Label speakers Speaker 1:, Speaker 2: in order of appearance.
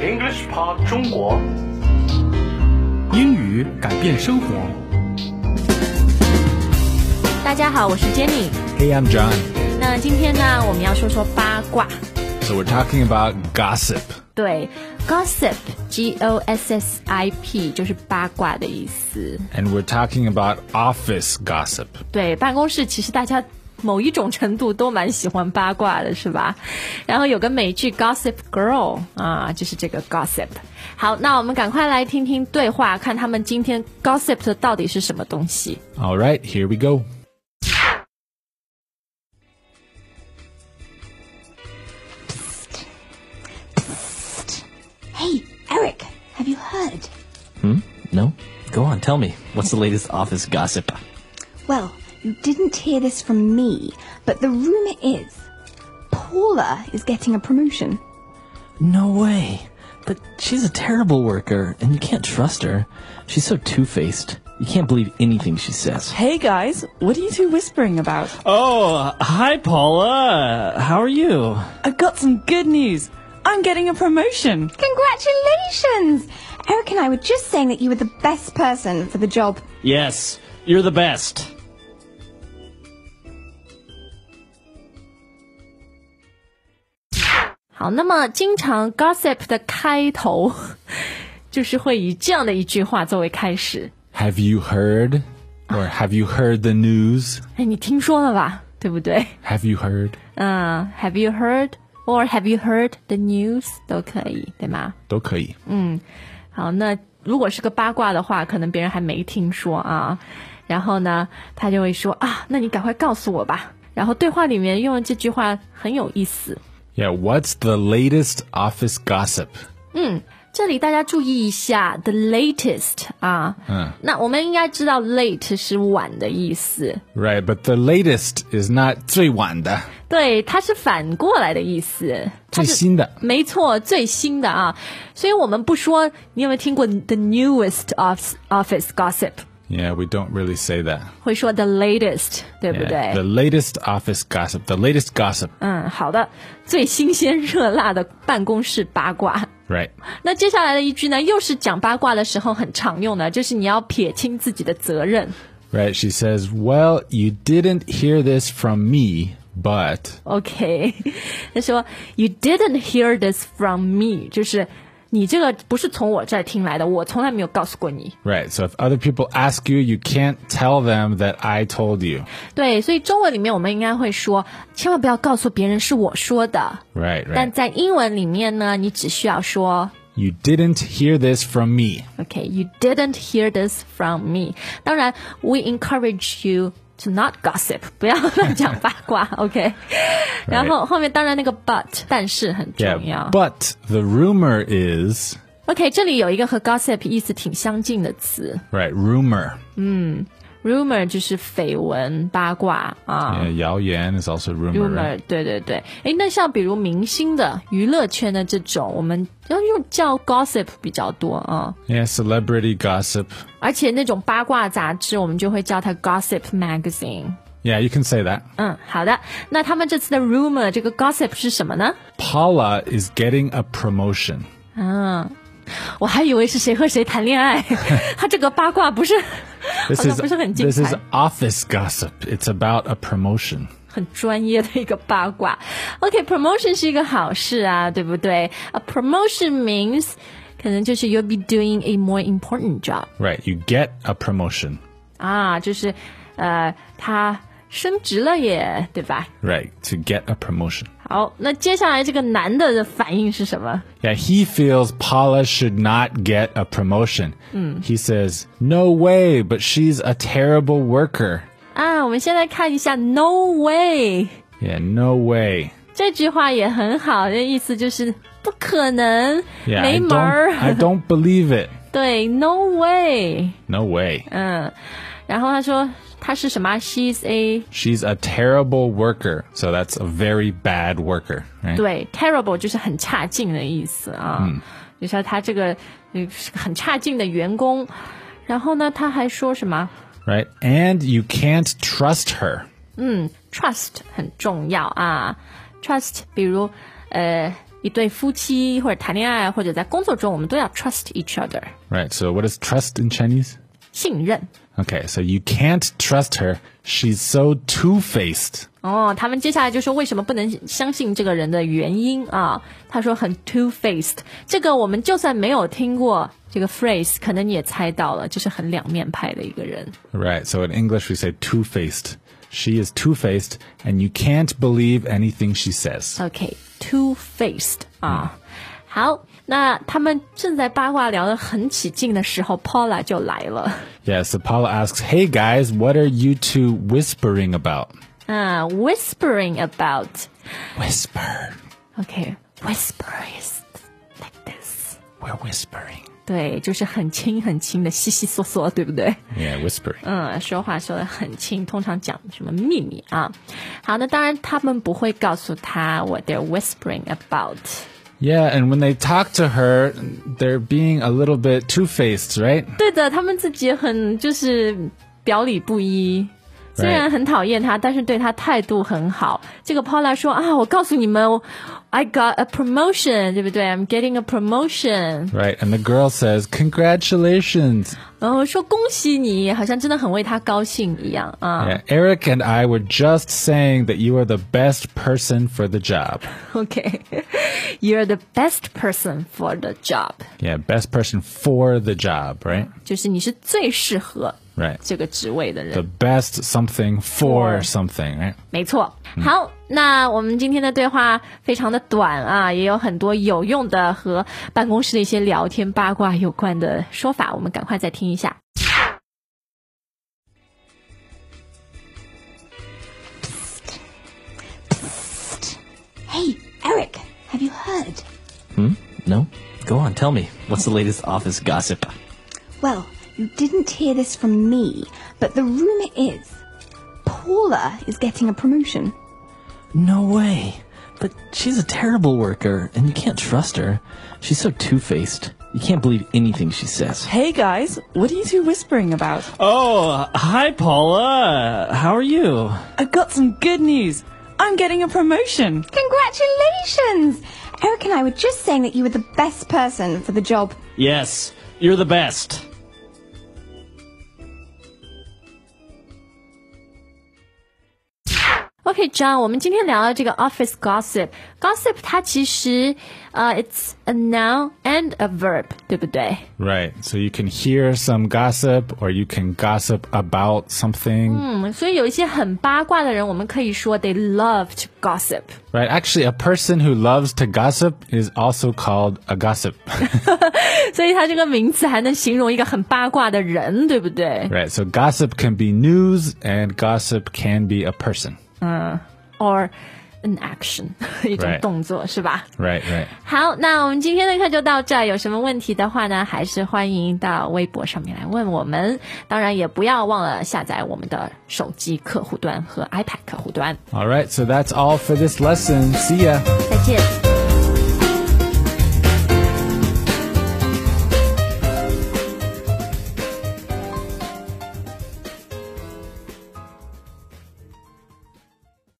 Speaker 1: English Pod 中国
Speaker 2: 英语改变生活。
Speaker 3: 大家好，我是 Jenny。
Speaker 2: Hey, I'm John.
Speaker 3: 那今天呢，我们要说说八卦。
Speaker 2: So we're talking about gossip.
Speaker 3: 对，gossip，g o s s i p，就是八卦的意思。
Speaker 2: And we're talking about office gossip.
Speaker 3: 对，办公室其实大家某一种程度都蛮喜欢八卦的，是吧？然后有个美剧《Gossip Girl》啊，就是这个 gossip。好，那我们赶快来听听对话，看他们今天 gossip 到底是什么东西。
Speaker 2: All right, here we go.
Speaker 4: Hey, Eric, have you heard?
Speaker 5: No? Go on, tell me. What's the latest office gossip?
Speaker 4: Well, you didn't hear this from me, but the rumor is Paula is getting a promotion.
Speaker 5: No way. But she's a terrible worker, and you can't trust her. She's so two faced. You can't believe anything she says.
Speaker 6: Hey guys, what are you two whispering about?
Speaker 5: Oh, hi, Paula. How are you?
Speaker 6: I've got some good news. I'm getting a promotion.
Speaker 4: Congratulations! Eric and I were just saying that you were the best person for the job.
Speaker 5: Yes, you're the best.
Speaker 3: Gossip 好，那么经常 gossip 的开头 就是会以这样的一句话作为开始。
Speaker 2: Have you heard? Or have you heard the news?
Speaker 3: 哎，你听说了吧？对不对？
Speaker 2: Have you heard?
Speaker 3: 嗯，Have you heard or Have you heard the news 都可以，对吗？嗯
Speaker 2: 都可以。
Speaker 3: 好，那如果是个八卦的话，可能别人还没听说啊。然后呢，他就会说啊，那你赶快告诉我吧。然后对话里面用的这句话很有意思，
Speaker 2: Yeah, what's the latest office gossip?
Speaker 3: 这里大家注意一下，the latest 啊，嗯，那我们应该知道 late 是晚的意思，
Speaker 2: Right, but the latest is not 最晚的,
Speaker 3: 对，它是反过来的意思，它是
Speaker 2: 最新的。
Speaker 3: 没错，最新的啊，所以我们不说你有没有听过 the newest of office gossip，
Speaker 2: Yeah, we don't really say that.
Speaker 3: 会说 the latest，对不
Speaker 2: Yeah, the
Speaker 3: 对
Speaker 2: latest office gossip. The latest gossip.
Speaker 3: 嗯，好的，最新鲜热辣的办公室八卦。
Speaker 2: Right.
Speaker 3: 那接下来的一句呢，又是讲八卦的时候很常用的，就是你要撇清自己的责任。
Speaker 2: Right. She says, Well, you didn't hear this from me, but.
Speaker 3: OK，他 说 You didn't hear this from me，就是你这个不是从我这儿听来的，我从来没有告诉过你。
Speaker 2: Right. So if other people ask you, you can't tell them that I told you.
Speaker 3: 对，所以中文里面我们应该会说，千万不要告诉别人是我说的。
Speaker 2: Right.
Speaker 3: 但
Speaker 2: Right.
Speaker 3: 在英文里面呢，你只需要说
Speaker 2: You didn't hear this from me.
Speaker 3: Okay, you didn't hear this from me. 当然，we encourage you to not gossip，不要乱讲八卦。OK，然后后面当然那个 but 但是很重要。
Speaker 2: But the rumor is.
Speaker 3: OK，这里有一个和 gossip 意思挺相近的词
Speaker 2: Right. Rumor.
Speaker 3: ，rumor 就是绯闻、八卦啊。
Speaker 2: Yeah, 谣言 is also Ah. rumor. right?
Speaker 3: rumor 对对对，诶，那像比如明星的娱乐圈的这种，我们要用叫 gossip 比较多啊，
Speaker 2: Yeah, celebrity gossip.
Speaker 3: 而且那种八卦杂志，我们就会叫它 gossip magazine。
Speaker 2: Yeah, you can say that.
Speaker 3: 嗯，好的。那他们这次的 rumor 这个 gossip 是什么呢？
Speaker 2: Paula is getting a promotion.
Speaker 3: 我还以为是谁和谁谈恋 爱，他这个八卦不是，好
Speaker 2: This
Speaker 3: 像
Speaker 2: is
Speaker 3: 不是很精
Speaker 2: this is
Speaker 3: 彩，
Speaker 2: office gossip. It's about a promotion.
Speaker 3: 很专业的一个八卦。OK，promotion、是一个好事啊，对不对？A promotion means 可能就是 you'll be doing a more important job
Speaker 2: Right. You get a promotion.
Speaker 3: 啊，就是呃他升职了耶，对吧？
Speaker 2: Right. To get a promotion.
Speaker 3: 好，那接下来这个男的的反应是什么？
Speaker 2: Yeah, he feels Paula should not get a promotion. He says, No way, but she's a terrible worker.
Speaker 3: 啊，我们先来看一下，No way。
Speaker 2: Yeah, no way.
Speaker 3: 这句话也很好，这意思就是不可能
Speaker 2: Yeah,
Speaker 3: 没
Speaker 2: I,
Speaker 3: 门
Speaker 2: don't,
Speaker 3: 儿。
Speaker 2: I don't believe it.
Speaker 3: 对，no way。
Speaker 2: No way.
Speaker 3: 嗯，然后他说他是什么？She's a
Speaker 2: She's a terrible worker. So that's a very bad worker, right?
Speaker 3: 对 terrible 就是很差劲的意思啊，
Speaker 2: 嗯
Speaker 3: 就说他这个呃是个很差劲的员工。然后呢，他还说什么
Speaker 2: Right? And you can't trust her.
Speaker 3: trust 很重要啊，trust 比如呃一对夫妻或者谈恋爱或者在工作中，我们都要 trust each other，
Speaker 2: Right. So what is trust in Chinese?
Speaker 3: 信任。
Speaker 2: Okay, so you can't trust her. She's so two-faced.
Speaker 3: 哦，他们接下来就说为什么不能相信这个人的原因啊？他说很 two faced，这个我们就算没有听过这个 phrase，可能你也猜到了，就是很两面派的一个人。
Speaker 2: Right. So in English we say two-faced. She is two-faced and you can't believe anything she says.
Speaker 3: OK，two、faced 啊。好，那他们正在八卦聊得很起劲的时候，Paula 就来了。
Speaker 2: Yeah, so Paula asks, "Hey guys, what are you two whispering about?"
Speaker 3: 嗯、w h i s p e r i n g about。
Speaker 2: Whisper.
Speaker 3: OK，whisper、is like this。
Speaker 2: We're whispering.
Speaker 3: 对，就是很轻很轻的，悉悉嗦嗦，对不对？
Speaker 2: Yeah, whispering.
Speaker 3: 嗯，说话说的很轻，通常讲什么秘密啊？好，那当然他们不会告诉他 what they're whispering about。
Speaker 2: Yeah, and when they talk to her, they're being a little bit two-faced, right?
Speaker 3: 对的，他们自己也很就是表里不一。虽然很讨厌他，但是对他态度很好。这个 Paula 说啊，我告诉你们我，I got a promotion，对不对？I'm getting a promotion。
Speaker 2: Right. And the girl says, "Congratulations."
Speaker 3: 然后说恭喜你，好像真的很为他高兴一样啊。
Speaker 2: Yeah, Eric and I were just saying that you are the best person for the job.
Speaker 3: OK，you're、the best person for the job。
Speaker 2: Yeah, best person for the job, right?
Speaker 3: 就是你是最适合
Speaker 2: Right.
Speaker 3: 这个职位的人。
Speaker 2: The best something for
Speaker 3: For.
Speaker 2: something, right?
Speaker 3: 没错。好，那我们今天的对话非常的短啊，也有很多有用的和办公室的一些聊天八卦有关的说法，我们赶快再听一下。
Speaker 4: Hey, Eric, have you heard?
Speaker 5: No? Go on, tell me. What's the latest office gossip?
Speaker 4: Well, you didn't hear this from me, but the rumor is Paula is getting a promotion.
Speaker 5: No way. But she's a terrible worker, and you can't trust her. She's so two faced. You can't believe anything she says.
Speaker 6: Hey guys, what are you two whispering about?
Speaker 5: Oh, hi, Paula. How are you?
Speaker 6: I've got some good news. I'm getting a promotion.
Speaker 4: Congratulations! Eric and I were just saying that you were the best person for the job.
Speaker 5: Yes, you're the best.
Speaker 3: OK，John，、我们今天聊到这个 office gossip。gossip 它其实呃、i t s a noun and a verb，对不对？
Speaker 2: Right. So you can hear some gossip or you can gossip about something.
Speaker 3: 嗯，所以有一些很八卦的人，我们可以说 they love to gossip。
Speaker 2: Right. Actually, a person who loves to gossip is also called a gossip.
Speaker 3: 所以它这个名词还能形容一个很八卦的人，对不对
Speaker 2: right. So gossip can be news and gossip can be a person.
Speaker 3: ？Or an action，一 种
Speaker 2: Right
Speaker 3: 动作是吧？
Speaker 2: Right, right.
Speaker 3: 好，那我们今天的课就到这儿。有什么问题的话呢，还是欢迎到微博上面来问我们。当然，也不要忘了下载我们的手机客户端和 iPad 客户端。
Speaker 2: All right. So that's all for this lesson. See ya.
Speaker 3: 再见。